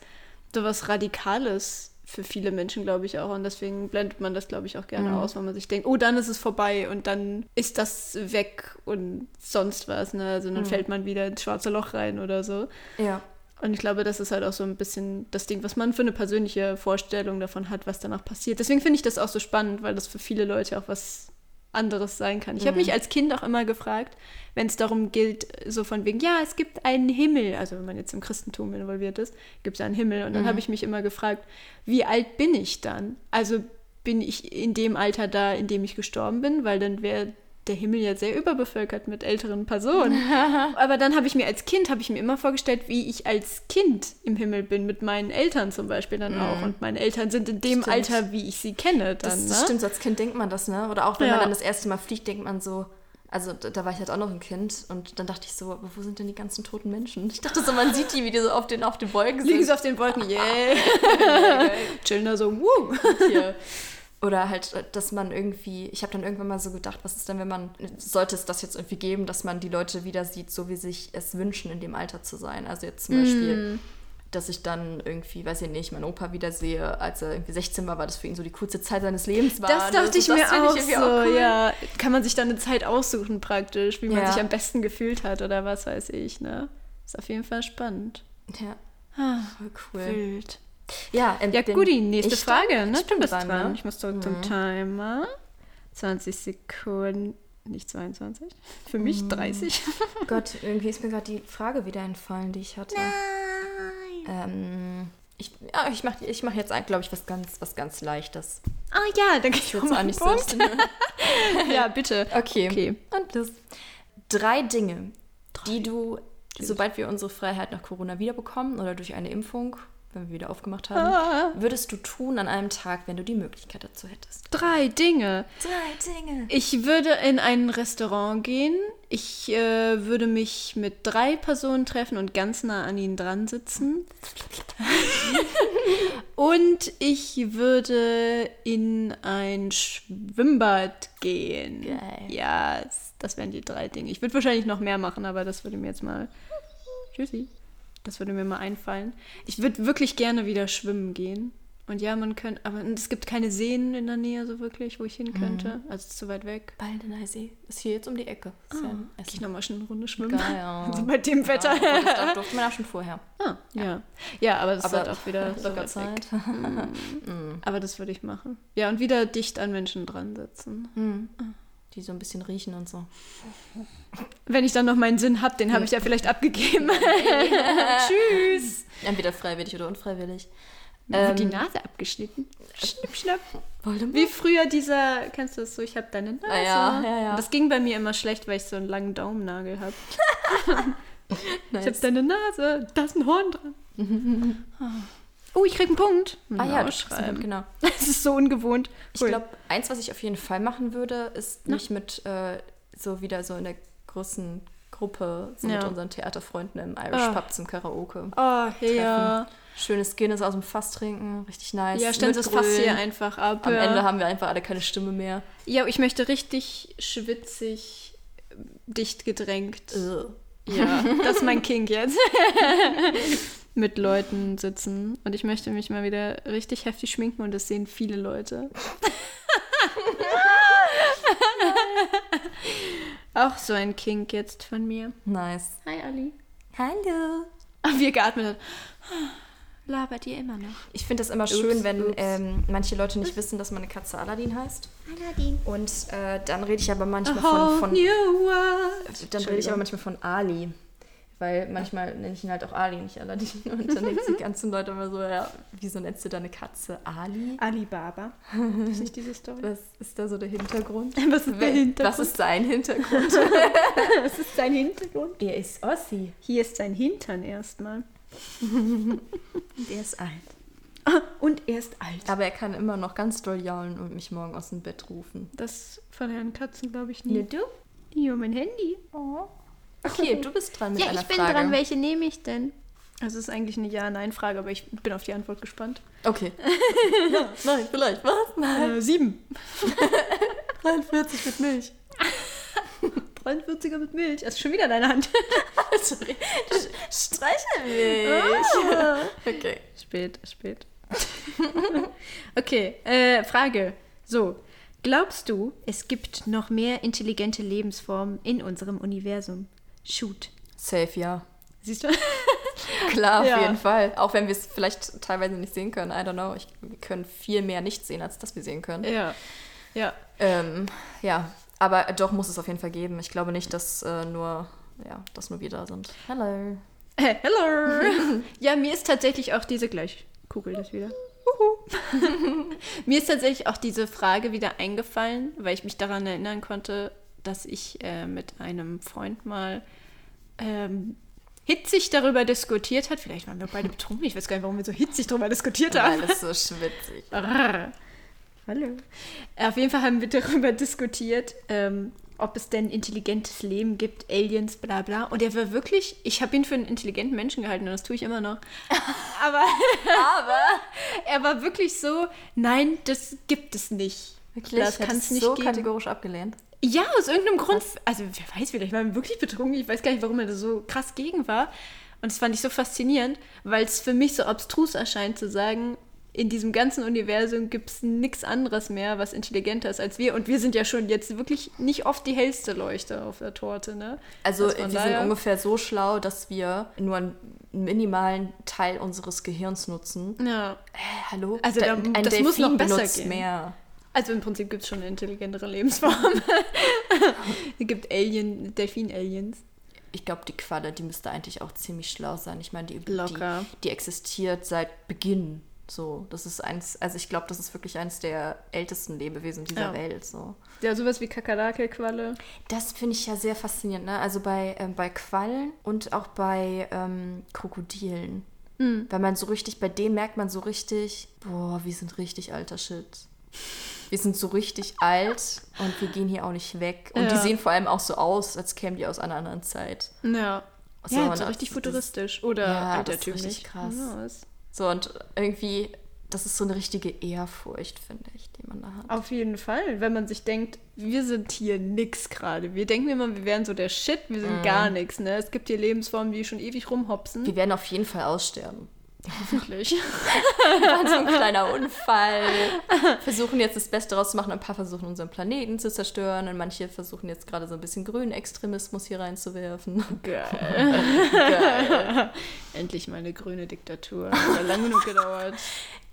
sowas Radikales für viele Menschen, glaube ich, auch. Und deswegen blendet man das, glaube ich, auch gerne aus, weil man sich denkt, oh, dann ist es vorbei und dann ist das weg und sonst was. Ne? Also dann fällt man wieder ins schwarze Loch rein oder so.
Ja.
Und ich glaube, das ist halt auch so ein bisschen das Ding, was man für eine persönliche Vorstellung davon hat, was danach passiert. Deswegen finde ich das auch so spannend, weil das für viele Leute auch was anderes sein kann. Ich habe mich als Kind auch immer gefragt, wenn es darum gilt, so von wegen, ja, es gibt einen Himmel, also wenn man jetzt im Christentum involviert ist, gibt es einen Himmel. Und dann habe ich mich immer gefragt, wie alt bin ich dann? Also bin ich in dem Alter da, in dem ich gestorben bin, weil dann wäre der Himmel ja sehr überbevölkert mit älteren Personen. Aber dann habe ich mir als Kind, habe ich mir immer vorgestellt, wie ich als Kind im Himmel bin, mit meinen Eltern zum Beispiel dann auch. Und meine Eltern sind in dem
Stimmt.
Alter, wie ich sie kenne dann.
Das,
ne?
das stimmt, so als Kind denkt man das, ne? Oder auch wenn
Ja.
man dann das erste Mal fliegt, denkt man so, also da, da war ich halt auch noch ein Kind und dann dachte ich so, aber wo sind denn die ganzen toten Menschen? Ich dachte so, man sieht die, wie die so auf den, auf den Wolken
Liegen
sind.
sie auf den Wolken, <laughs> yeah. Chillen da so, wuh.
hier. <laughs> Oder halt, dass man irgendwie, ich habe dann irgendwann mal so gedacht, was ist denn, wenn man, sollte es das jetzt irgendwie geben, dass man die Leute wieder sieht, so wie sich es wünschen, in dem Alter zu sein. Also jetzt zum
Hm.
Beispiel, dass ich dann irgendwie, weiß ich nicht, meinen Opa wiedersehe, als er irgendwie 16 war, war das für ihn so die coolste Zeit seines Lebens war. ne?
Das dachte ich
das
mir
find
auch
irgendwie
so, ja. Kann man sich dann eine Zeit aussuchen praktisch, wie man
Ja.
sich am besten gefühlt hat oder was weiß ich, ne? Ist auf jeden Fall spannend.
Ja,
Ah,
voll cool.
wild.
Ja, ähm,
Ja,
den-
Guti, nächste
ich
Frage.
dran?
ne?
Ich bin
du bist
dran,
dran. Mhm.
ne?
Ich muss zurück zum Timer. 20 Sekunden, nicht 22. Für mich 30.
Gott, irgendwie ist mir gerade die Frage wieder entfallen, die ich hatte. Ähm, ich ja, ich mache ich mach jetzt, glaube ich, was ganz, was ganz Leichtes.
<laughs> Ah ja, dann kriegst du
Jetzt auch nicht so.
Ja, bitte.
<laughs> Okay.
<laughs> Okay.
Und los. Drei Dinge, die du, sobald wir unsere Freiheit nach Corona wiederbekommen oder durch eine Impfung, wenn wir wieder aufgemacht
Ah.
haben, würdest du tun an einem Tag, wenn du die Möglichkeit dazu hättest.
Drei Dinge.
Drei Dinge.
Ich würde in ein Restaurant gehen. Ich äh, würde mich mit drei Personen treffen und ganz nah an ihnen dran sitzen. und ich würde in ein Schwimmbad gehen.
Geil.
Ja, s- das wären die drei Dinge. Ich würde wahrscheinlich noch mehr machen, aber das würde mir jetzt mal. Tschüssi. Das würde mir mal einfallen. Ich würde wirklich gerne wieder schwimmen gehen. Und ja, man könnte, aber es gibt keine Seen in der Nähe so wirklich, wo ich hin könnte. Also es ist zu weit weg.
Baldeneysee Ist hier jetzt um die Ecke. Ist
Ah.
ja in Essen.
Gehe ich nochmal schnell eine Runde schwimmen. <laughs>
Geil.
Also bei dem Wetter.
Ja, das <laughs> darf- durfte man auch schon vorher.
<laughs> Ah, ja. ja, aber das ist
Aber
halt auch wieder so
locker
weit weg.
Zeit.
Aber das würde ich machen. Ja, und wieder dicht an Menschen dran sitzen.
Die so ein bisschen riechen und so.
Wenn ich dann noch meinen Sinn habe, den habe ich ja vielleicht abgegeben. <laughs> Tschüss.
Entweder freiwillig oder unfreiwillig.
Mir
Ähm,
Wird die Nase abgeschnitten. Schnipp, schnapp.
Voldemort?
Wie früher dieser, kennst du das so, ich habe deine Nase.
Ah, ja, ja, ja.
Das ging bei mir immer schlecht, weil ich so einen langen Daumennagel habe. Ich habe deine Nase, da ist ein Horn dran.
<laughs>
Oh, ich krieg einen Punkt.
Ah ja, das
schreiben.
genau.
<laughs> Das ist so ungewohnt.
Ich
Hui.
glaube, eins, was ich auf jeden Fall machen würde, ist mich mit äh, so wieder so in der großen Gruppe, so mit
Ja.
unseren Theaterfreunden im Irish
Ah.
Pub zum Karaoke.
Oh, ja.
Schönes Guinness aus dem Fass trinken, richtig nice.
Ja, stellen Sie das Fass
mitgrölen.
hier einfach ab.
Am
ja.
Ende haben wir einfach alle keine Stimme mehr.
ja, ich möchte richtig schwitzig, äh, dicht gedrängt.
Äh.
<laughs> Ja, das ist mein King jetzt. <laughs> Mit Leuten sitzen. Und ich möchte mich mal wieder richtig heftig schminken und das sehen viele <laughs> Leute. Auch so ein King jetzt von mir.
Nice.
Hi, Olli.
Hallo.
Ah, Wie er geatmet hat. Labert ihr immer noch?
Ich finde das immer schön, wenn ähm, manche Leute nicht wissen, dass meine Katze Aladdin heißt.
Aladdin.
Und äh, dann rede ich aber manchmal
Oh,
von, von
new world.
Dann rede ich aber manchmal von Ali. Weil manchmal nenne ich ihn halt auch Ali, nicht Aladdin. <laughs> Und
<laughs>
dann denken die ganzen Leute immer so, ja, wieso nennst du deine Katze Ali?
Alibaba. Ist nicht diese Story?
Was ist da so der Hintergrund?
<laughs> Was ist der Hintergrund?
Was ist sein Hintergrund?
ist sein Hintergrund?
Der ist Ossi.
Hier ist sein Hintern erstmal.
Der ist alt.
Und er ist alt.
Aber er kann immer noch ganz doll jaulen und mich morgen aus dem Bett rufen.
Das von Herrn Katzen glaube ich
Ja,
nie.
du?
Jo, mein Handy. Oh.
Okay, du bist dran mit
Ja,
einer
ich bin
Frage.
dran. Welche nehme ich denn?
Also es ist eigentlich eine Ja-Nein-Frage, aber ich bin auf die Antwort gespannt.
Okay. <laughs> nein, vielleicht. Was? Nein.
Äh, sieben.
43 mit Milch.
43er mit Milch. Das ist schon wieder deine Hand.
<laughs> Sorry. Sch- Streichelmilch. <laughs> Okay.
<laughs> Spät, spät. <laughs> okay, äh, Frage. So, glaubst du, es gibt noch mehr intelligente Lebensformen in unserem Universum? Shoot.
Safe, ja.
Siehst du?
Klar, auf
Ja.
jeden Fall. Auch wenn wir es vielleicht teilweise nicht sehen können. I don't know. Ich, wir können viel mehr nicht sehen, als dass wir sehen können.
ja. <laughs> Ja.
Ähm, ja, aber doch muss es auf jeden Fall geben. Ich glaube nicht, dass äh, nur ja, dass nur wir da sind. Hello.
Hey, hello! <laughs> ja, mir ist tatsächlich auch diese gleich. Kugel das wieder. Uhu. <laughs> mir ist tatsächlich auch diese Frage wieder eingefallen, weil ich mich daran erinnern konnte, dass ich äh, mit einem Freund mal ähm, hitzig darüber diskutiert hat. Vielleicht waren wir beide betrunken. Ich weiß gar nicht, warum wir so hitzig darüber diskutiert haben.
Alles <laughs> so schwitzig.
Brrr. Hallo. Äh, Auf jeden Fall haben wir <laughs> darüber diskutiert, ähm, ob es denn intelligentes Leben gibt, Aliens, bla bla. Und er war wirklich, ich habe ihn für einen intelligenten Menschen gehalten und das tue ich immer noch. Aber, <laughs> er war wirklich so, nein, das gibt es nicht.
Wirklich,
das
hätte
kann es
ich
nicht
so
geben.
kategorisch abgelehnt.
Ja, aus irgendeinem Grund. Also, wer weiß, vielleicht waren wir wirklich betrunken. Ich weiß gar nicht, warum er da so krass gegen war. Und das fand ich so faszinierend, weil es für mich so abstrus erscheint, zu sagen, in diesem ganzen Universum gibt es nichts anderes mehr, was intelligenter ist als wir. Und wir sind ja schon jetzt wirklich nicht oft die hellste Leuchte auf der Torte, ne?
Also
Also
wir
von
sind
daher-
ungefähr so schlau, dass wir nur einen minimalen Teil unseres Gehirns nutzen.
Ja.
Hä, hallo?
Also
Da-
da-
ein
das muss noch
Delfin
besser
benutzt
gehen.
mehr.
Also im Prinzip gibt es schon eine intelligentere
<laughs>
Lebensform. es gibt Alien, Delfin-Aliens.
Ich glaube, die Qualle, die müsste eigentlich auch ziemlich schlau sein. Ich meine, die,
Locker.
die, die existiert seit Beginn. So, das ist eins, also ich glaube, das ist wirklich eines der ältesten Lebewesen dieser
Ja.
Welt. So.
Ja, sowas wie Kakerlakelqualle.
Das finde ich ja sehr faszinierend, ne? Also bei, ähm, bei Quallen und auch bei ähm, Krokodilen. Weil man so richtig, bei denen merkt man so richtig, boah, wir sind richtig alter Shit. Wir sind so richtig alt und wir gehen hier auch nicht weg. Und die
Ja.
sehen vor allem auch so aus, als kämen die aus einer anderen Zeit.
Ja.
So,
Ja,
und
so
das-
richtig
das-
futuristisch oder
Ja, das ist
altertümlich.
richtig krass.
Ja, ist-
So, und irgendwie, das ist so eine richtige Ehrfurcht, finde ich, die man da hat.
Auf jeden Fall, wenn man sich denkt, wir sind hier nix gerade. Wir denken immer, wir wären so der Shit, wir
Mhm.
sind gar nix. Ne? Es gibt hier Lebensformen, die schon ewig rumhopsen.
Wir werden auf jeden Fall aussterben. <laughs>
Wirklich.
War so ein kleiner Unfall. Versuchen jetzt das Beste daraus zu machen. Ein paar versuchen unseren Planeten zu zerstören und manche versuchen jetzt gerade so ein bisschen grünen Extremismus hier reinzuwerfen.
Geil.
Geil.
<laughs> Endlich mal eine grüne Diktatur. Hat ja lang genug gedauert.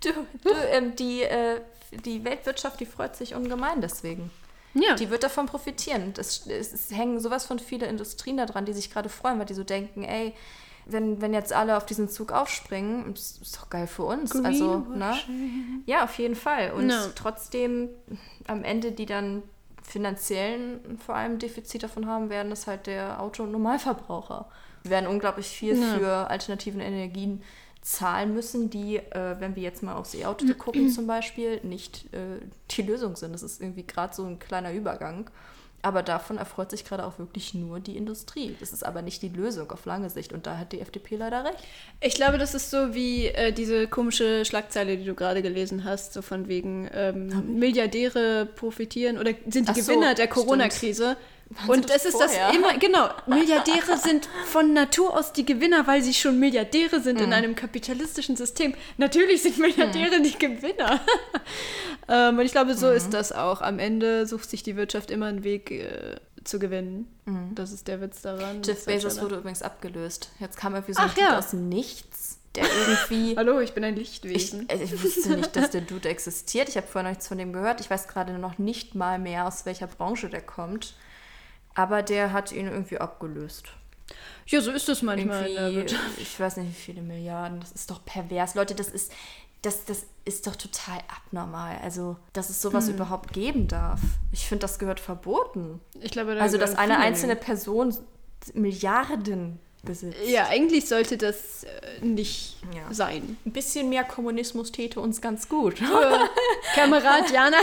Du, du ähm, die, äh, die Weltwirtschaft, die freut sich ungemein deswegen.
Ja.
Die wird davon profitieren. Es, es, es hängen sowas von viele Industrien da dran, die sich gerade freuen, weil die so denken, ey, wenn, wenn jetzt alle auf diesen Zug aufspringen, ist, ist doch geil für uns. Also, ne? Ja, auf jeden Fall. Und
Ja.
trotzdem am Ende die dann finanziellen vor allem Defizit davon haben werden, ist halt der Auto- und Normalverbraucher. Wir werden unglaublich viel
Ja.
für alternativen Energien zahlen müssen, die, äh, wenn wir jetzt mal aufs <clears throat> E-Auto gucken zum Beispiel, nicht äh, die Lösung sind. Das ist irgendwie gerade so ein kleiner Übergang. Aber davon erfreut sich gerade auch wirklich nur die Industrie. Das ist aber nicht die Lösung auf lange Sicht. Und da hat die FDP leider recht.
Ich glaube, das ist so wie äh, diese komische Schlagzeile, die du gerade gelesen hast, so von wegen ähm, Milliardäre profitieren oder sind
Ach
die
so,
Gewinner der
stimmt.
Corona-Krise.
Waren sie
Und
das
es ist
vorher?
das immer,
<laughs>
genau, Milliardäre sind von Natur aus die Gewinner, weil sie schon Milliardäre sind
Mhm.
in einem kapitalistischen System. Natürlich sind Milliardäre die Gewinner. <laughs> ähm, und ich glaube, so
Mhm.
ist das auch. Am Ende sucht sich die Wirtschaft immer einen Weg äh, zu gewinnen. Das ist der Witz daran.
Mhm. Jeff
Das ist halt
Bezos
schade.
wurde übrigens abgelöst. Jetzt kam irgendwie so ein
Ach,
Typ
ja.
aus dem Nichts, der <laughs> irgendwie.
Hallo, ich bin ein
ich,
Lichtwesen.
also ich wusste nicht, <laughs> dass der Dude existiert. Ich habe vorher noch nichts von dem gehört. Ich weiß gerade noch nicht mal mehr, aus welcher Branche der kommt. Aber der hat ihn irgendwie abgelöst.
ja, so ist das manchmal in der
Irgendwie,
Wirtschaft.
ich weiß nicht, wie viele Milliarden. Das ist doch pervers. Leute, das ist, das, das ist doch total abnormal. Also, dass es sowas überhaupt geben darf. Ich finde, das gehört verboten.
Ich glaube, da
Also, dass
gehören
eine
viele
einzelne Person Milliarden Besitzt.
Ja, eigentlich sollte das äh, nicht
Ja.
sein.
Ein bisschen mehr Kommunismus täte uns ganz gut. <laughs>
Kamerad Jana,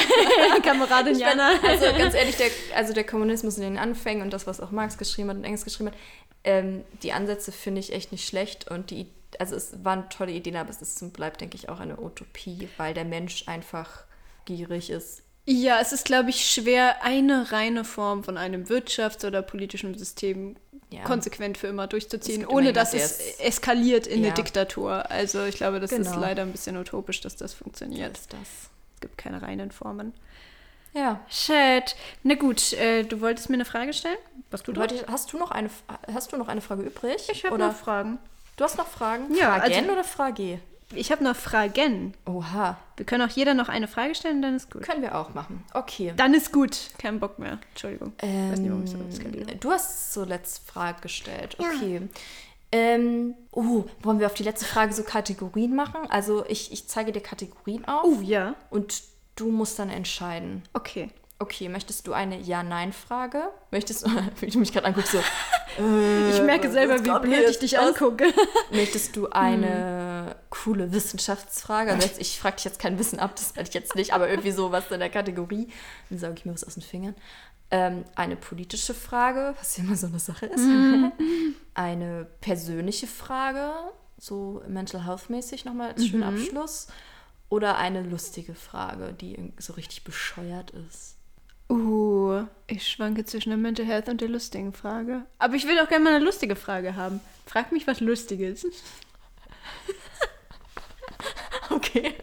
Kameradin
Ich
Jana.
mein, also ganz ehrlich, der, also der Kommunismus in den Anfängen und das, was auch Marx geschrieben hat und Engels geschrieben hat, ähm, die Ansätze finde ich echt nicht schlecht und die, also es waren tolle Ideen, aber es ist und bleibt, denke ich, auch eine Utopie, weil der Mensch einfach gierig ist.
Ja, es ist, glaube ich, schwer, eine reine Form von einem wirtschafts- oder politischen System
Ja.
konsequent für immer durchzuziehen,
Es gibt
ohne
immer
dass
jemand,
es
der es-
eskaliert in
Ja.
eine Diktatur. Also ich glaube, das ist
Genau.
leider ein bisschen utopisch, dass das funktioniert.
Ist das.
Es gibt keine reinen Formen.
Ja.
Shit. Na gut, äh, du wolltest mir eine Frage stellen? Was du
Leute, hast du noch eine, hast du noch eine Frage übrig?
Ich habe
Oder-
noch Fragen.
Du hast noch Fragen?
Ja,
Fragen
also-
oder Frage?
Ich habe noch Fragen.
Oha.
Wir können auch jeder noch eine Frage stellen, dann ist gut.
Können wir auch machen. Okay.
Dann ist gut. Kein Bock mehr. Entschuldigung. Weiß nicht, warum ich so eskaliere.
Ähm, du hast zuletzt Frage gestellt. Okay. Ähm, oh, wollen wir auf die letzte Frage so Kategorien machen? Also ich, ich zeige dir Kategorien auf
Oh ja.
und du musst dann entscheiden.
Okay.
Okay, möchtest du eine Ja-Nein-Frage? Möchtest <laughs> wie du mich gerade anguckst, so,
Ich merke selber,
was
wie
kommt
blöd ich
jetzt?
dich
Was?
<laughs> angucke.
möchtest du eine coole Wissenschaftsfrage? Also jetzt, ich frage dich jetzt kein Wissen ab, das werde ich jetzt nicht, aber irgendwie so was in der Kategorie. Dann sauge ich mir was aus den Fingern. Ähm, eine politische Frage, was ja immer so eine Sache ist. eine persönliche Frage, so mental health mäßig nochmal als schönen Abschluss. Oder eine lustige Frage, die irgendwie so richtig bescheuert ist.
Uh, ich schwanke zwischen der Mental Health und der lustigen Frage. Aber ich will auch gerne mal eine lustige Frage haben. Frag mich was Lustiges.
Okay.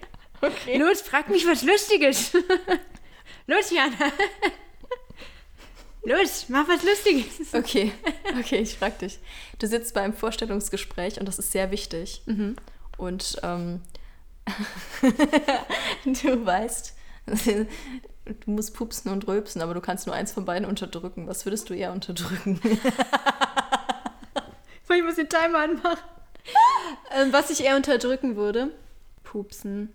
Okay.
Los, frag mich was Lustiges. <laughs> Los, Jana. <laughs> Los, mach was Lustiges.
Okay, <laughs> okay, ich frag dich. Du sitzt beim Vorstellungsgespräch und das ist sehr wichtig.
Mhm.
Und ähm, <laughs> du weißt, du musst pupsen und rülpsen, aber du kannst nur eins von beiden unterdrücken. Was würdest du eher unterdrücken?
Ich muss den Timer anmachen. Ähm, was ich eher unterdrücken würde, pupsen.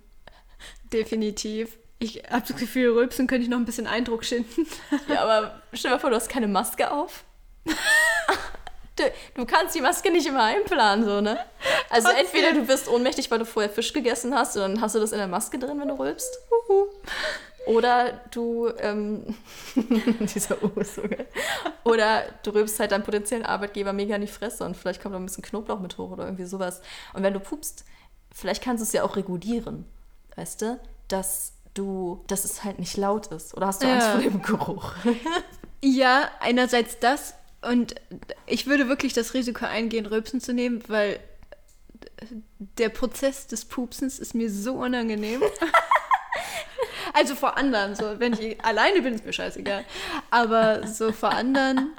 Definitiv. Ich habe das Gefühl, rülpsen könnte ich noch ein bisschen Eindruck schinden.
<laughs> ja, aber stell dir mal vor, du hast keine
<laughs>
Maske auf. Du, du kannst die Maske nicht immer einplanen, so, ne? Also
Trotzdem.
entweder du wirst ohnmächtig, weil du vorher Fisch gegessen hast und dann hast du das in der Maske drin, wenn du rülpst. Oder du, ähm, <laughs> dieser Ursugel. Oder du rülpst halt deinem potenziellen Arbeitgeber mega in die Fresse und vielleicht kommt noch ein bisschen Knoblauch mit hoch oder irgendwie sowas. Und wenn du pupst, vielleicht kannst du es ja auch regulieren, weißt du, dass du, dass es halt nicht laut ist. Oder hast du Angst
Ja.
vor dem Geruch?
Ja, einerseits das und ich würde wirklich das Risiko eingehen, Rülpsen zu nehmen, weil der Prozess des Pupsens ist mir so unangenehm. <laughs> also vor anderen, so wenn ich alleine bin, ist mir scheißegal. Aber so vor anderen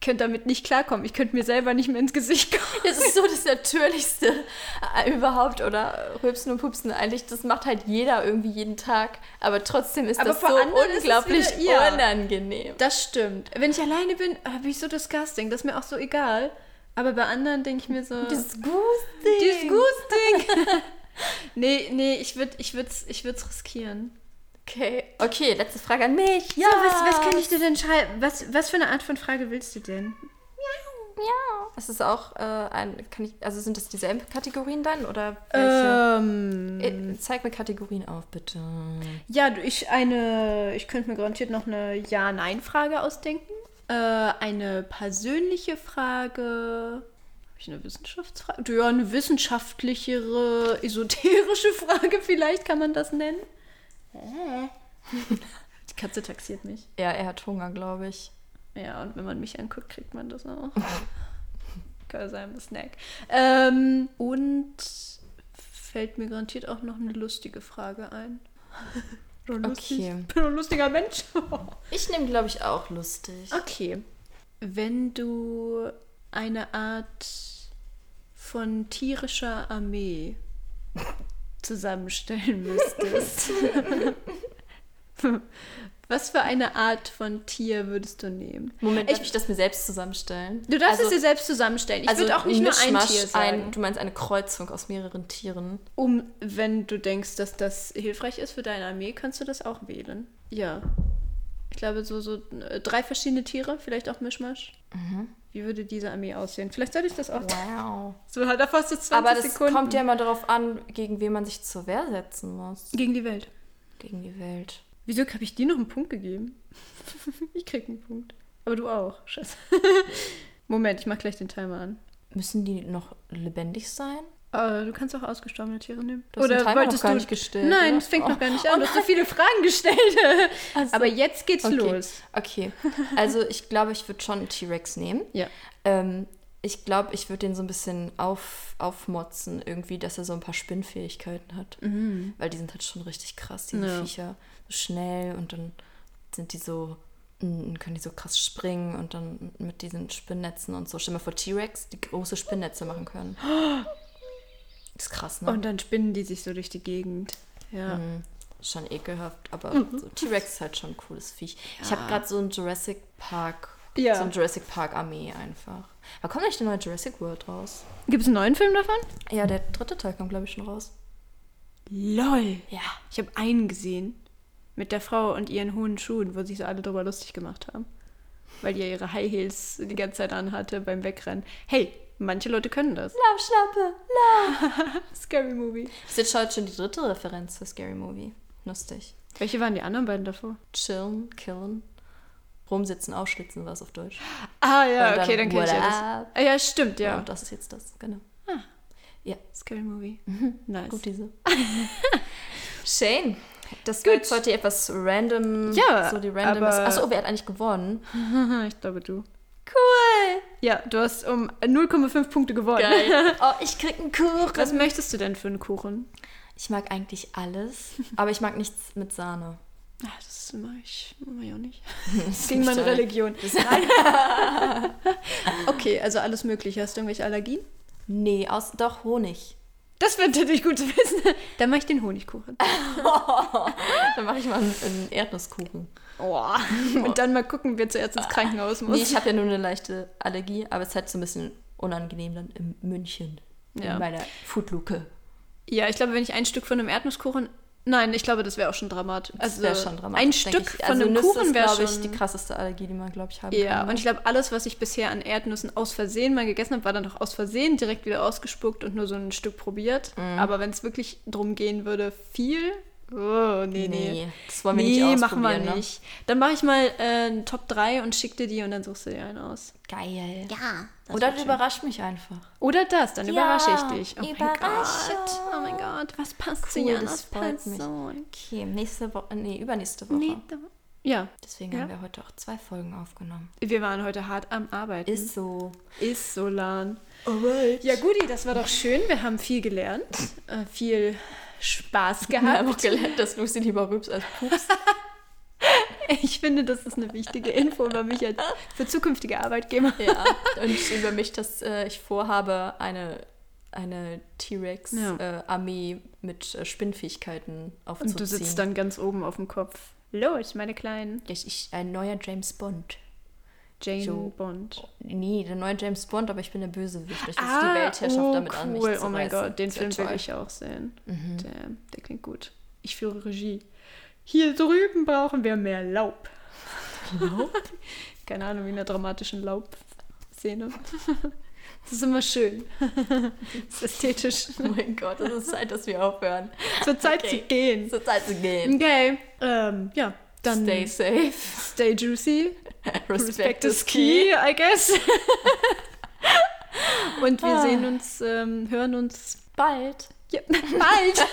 könnte damit nicht klarkommen. Ich könnte mir selber nicht mehr ins Gesicht kommen.
<laughs> Das ist so das Natürlichste äh, überhaupt, oder? Rülpsen und Pupsen, eigentlich, das macht halt jeder irgendwie jeden Tag. Aber trotzdem ist
Aber
das
vor
so
anderen ist es
unglaublich
wieder- ja.
unangenehm.
Das stimmt. Wenn ich alleine bin, habe ich so Disgusting. Das ist mir auch so egal. Aber bei anderen denke ich mir so.
Disgusting.
<laughs> Disgusting. nee, nee, ich würde ich würd's, ich würd's riskieren.
Okay. okay, letzte Frage an mich. Ja,
So, was, was kann ich dir denn schreiben? Was, was für eine Art von Frage willst du denn?
Ja. Es ist auch äh, ein, kann ich, also sind das dieselben Kategorien dann oder welche?
Ähm,
Äh, zeig mir Kategorien auf, bitte.
ja, du, ich eine, ich könnte mir garantiert noch eine Ja-Nein-Frage ausdenken. Äh, eine persönliche Frage. Habe ich eine Wissenschaftsfrage? Ja, eine wissenschaftlichere, esoterische <laughs> Frage vielleicht kann man das nennen. Die Katze taxiert mich.
Ja, er hat Hunger, glaube ich.
Ja, und wenn man mich anguckt, kriegt man das auch. <laughs> Because I'm a snack. Ähm, und fällt mir garantiert auch noch eine lustige Frage ein. <laughs> Bin doch lustig.
Okay.
Bin doch ein lustiger Mensch. <laughs>
Ich nehme, glaube ich, auch lustig.
okay. Wenn du eine Art von tierischer Armee <laughs> zusammenstellen müsstest, <laughs> was für eine Art von Tier würdest du nehmen?
Moment, darf
Ich-
ich das mir selbst zusammenstellen? Also
Du darfst es dir selbst zusammenstellen. Ich würde auch nicht nur Also ein
Mischmasch,
Tier
ein-
sagen.
du meinst eine Kreuzung aus mehreren Tieren.
Um, wenn du denkst, dass das hilfreich ist für deine Armee, kannst du das auch wählen. Ja. Ich glaube, so, so äh, drei verschiedene Tiere, vielleicht auch Mischmasch. Wie würde diese Armee aussehen? Vielleicht sollte ich das auch.
Wow.
So hat er fast so 20
Aber das
Sekunden.
kommt ja immer darauf an, gegen wen man sich zur Wehr setzen muss.
Gegen die Welt.
Gegen die Welt.
Wieso habe ich dir noch einen Punkt gegeben? <laughs> ich krieg einen Punkt. Aber du auch. Scheiße. <laughs> Moment, ich mach gleich den Timer an.
Müssen die noch lebendig sein?
Äh, du kannst auch ausgestorbene Tiere nehmen.
Du hast den Timer noch gar nicht gestellt,
Nein,
oder?
es fängt noch
Oh.
gar nicht an. du hast so viele Fragen gestellt. <laughs>
Ach so.
Aber jetzt geht's
Okay.
los.
Okay. Also ich glaube, ich würde schon einen T-Rex nehmen.
Ja.
Ähm, ich glaube, ich würde den so ein bisschen auf, aufmotzen, irgendwie, dass er so ein paar Spinnfähigkeiten hat. Weil die sind halt schon richtig krass, diese
Mhm. Ja.
Viecher. So schnell und dann sind die so, mm, können die so krass springen und dann mit diesen Spinnnetzen und so. Stell dir mal vor, T-Rex, die große Spinnnetze machen können. Ist krass, ne?
Und dann spinnen die sich so durch die Gegend. Ja.
Schon ekelhaft, aber
Mhm.
so, T-Rex ist halt schon ein cooles Viech. Ich habe gerade so ein Jurassic Park,
Ja.
so ein Jurassic Park Armee einfach. Wann kommt eigentlich der neue Jurassic World raus?
Gibt es einen neuen Film davon?
Ja, der dritte Teil kommt, glaube ich, schon raus.
LOL.
Ja.
Ich habe einen gesehen. Mit der Frau und ihren hohen Schuhen, wo sich so alle drüber lustig gemacht haben. Weil die ja ihre High Heels die ganze Zeit anhatte beim Wegrennen. Hey, manche Leute können das.
Lauf, Schnappe!
Scary Movie.
Das ist jetzt halt schon die dritte Referenz für Scary Movie. Lustig.
Welche waren die anderen beiden davor?
Chillen, killen, rumsitzen, ausschlitzen war es auf Deutsch.
Ah ja,
Und
okay, dann
dann
kenn ich ja
What
das.
up?
Ah, ja, stimmt, ja.
Und das ist jetzt das, genau.
Scary Movie. Mhm. Nice.
Gut, diese. <laughs> Shane, das war
Gut.
jetzt heute etwas random.
Ja,
so die random.
aber-
Achso, wer hat eigentlich gewonnen?
<laughs> ich glaube du.
Cool!
Ja, du hast um 0,5 Punkte gewonnen.
Geil. <laughs> Oh, ich krieg einen Kuchen.
Was möchtest du denn für einen Kuchen?
Ich mag eigentlich alles, aber ich mag nichts mit Sahne.
Ah, das mache ich, mach ich auch <laughs> nicht.
Das
Gegen meine
stimmt.
Religion. <laughs> Okay, also alles mögliche. Hast du irgendwelche Allergien?
Nee, aus, doch Honig.
Das wird natürlich gut zu wissen. Dann mache ich den Honigkuchen.
<laughs> Dann mache ich mal einen, einen Erdnusskuchen.
<laughs> Und dann mal gucken, wer zuerst ins Krankenhaus muss.
Nee, ich habe ja nur eine leichte Allergie, aber es ist halt so ein bisschen unangenehm dann in München.
Ja.
In meiner Foodluke.
ja, ich glaube, wenn ich ein Stück von einem Erdnusskuchen... Nein, ich glaube, das wäre auch schon dramatisch.
Das
Also
wäre schon dramatisch.
Ein
denke
Stück
ich.
von
also
einem
Nüsse
Kuchen wäre
glaube
schon...
ich, die krasseste Allergie, die man, glaube ich, haben
Ja,
kann. ne?
und ich glaube, alles, was ich bisher an Erdnüssen aus Versehen mal gegessen habe, war dann doch aus Versehen direkt wieder ausgespuckt und nur so ein Stück probiert.
Mhm.
Aber wenn es wirklich drum gehen würde, viel. Oh, nee, nee.
Nee, das wollen wir nicht
machen wir
ausprobieren, ne?
nicht. Dann mache ich mal äh, einen Top 3 und schick dir die und dann suchst du dir einen aus.
Geil.
Ja.
Oder du überrascht mich einfach.
Oder das, dann überrasche ich dich. Oh mein
Überraschung.
Gott. Oh mein Gott, was passt zu
Cool,
Janas
das freut mich.
Person?
Okay, nächste Woche, nee, übernächste Woche.
Nee, da- ja,
Deswegen
Ja.
haben wir heute auch zwei Folgen aufgenommen.
wir waren heute hart am Arbeiten.
Ist so.
Ist Solan. Ja, Guti, das war doch schön. Wir haben viel gelernt, äh, viel Spaß gehabt. <laughs>
gelernt, dass Lucy lieber rübs als pups.
Ich finde, das ist eine wichtige Info über mich als für zukünftige Arbeitgeber.
ja. <laughs> Und über mich, dass äh, ich vorhabe, eine, eine
Ja.
T-Rex-Armee mit äh, Spinnfähigkeiten aufzuziehen.
Und du sitzt dann ganz oben auf dem Kopf. Los, meine kleinen
Ich, ich, ein neuer James Bond.
Jane
So.
Bond.
Nee, der neue James Bond, aber ich bin der Bösewicht. Ich versuche die Weltherrschaft damit an mich
cool.
zu
Ah, Oh mein
reißen.
Gott, den
Das wär
Film will
toll. Mhm.
ich auch sehen. Damn, äh, der klingt gut. Ich führe Regie. Hier drüben brauchen wir mehr Laub. Laub? <laughs> Keine Ahnung, wie in der dramatischen Laub-Szene. Das ist immer
<laughs>
schön. Das ist ästhetisch.
<laughs> Oh mein Gott, es ist Zeit, dass wir aufhören.
Es wird Zeit zu
Okay.
gehen.
Es ist Zeit zu gehen.
Okay. Ähm, ja, dann
Stay safe.
stay juicy.
Respect,
Respect
is
is
key.
key, I
<laughs>
guess. Und
Ah.
wir sehen uns, ähm, hören uns
Bald. <laughs>
ja, bald.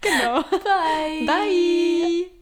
genau.
Bye.
Bye.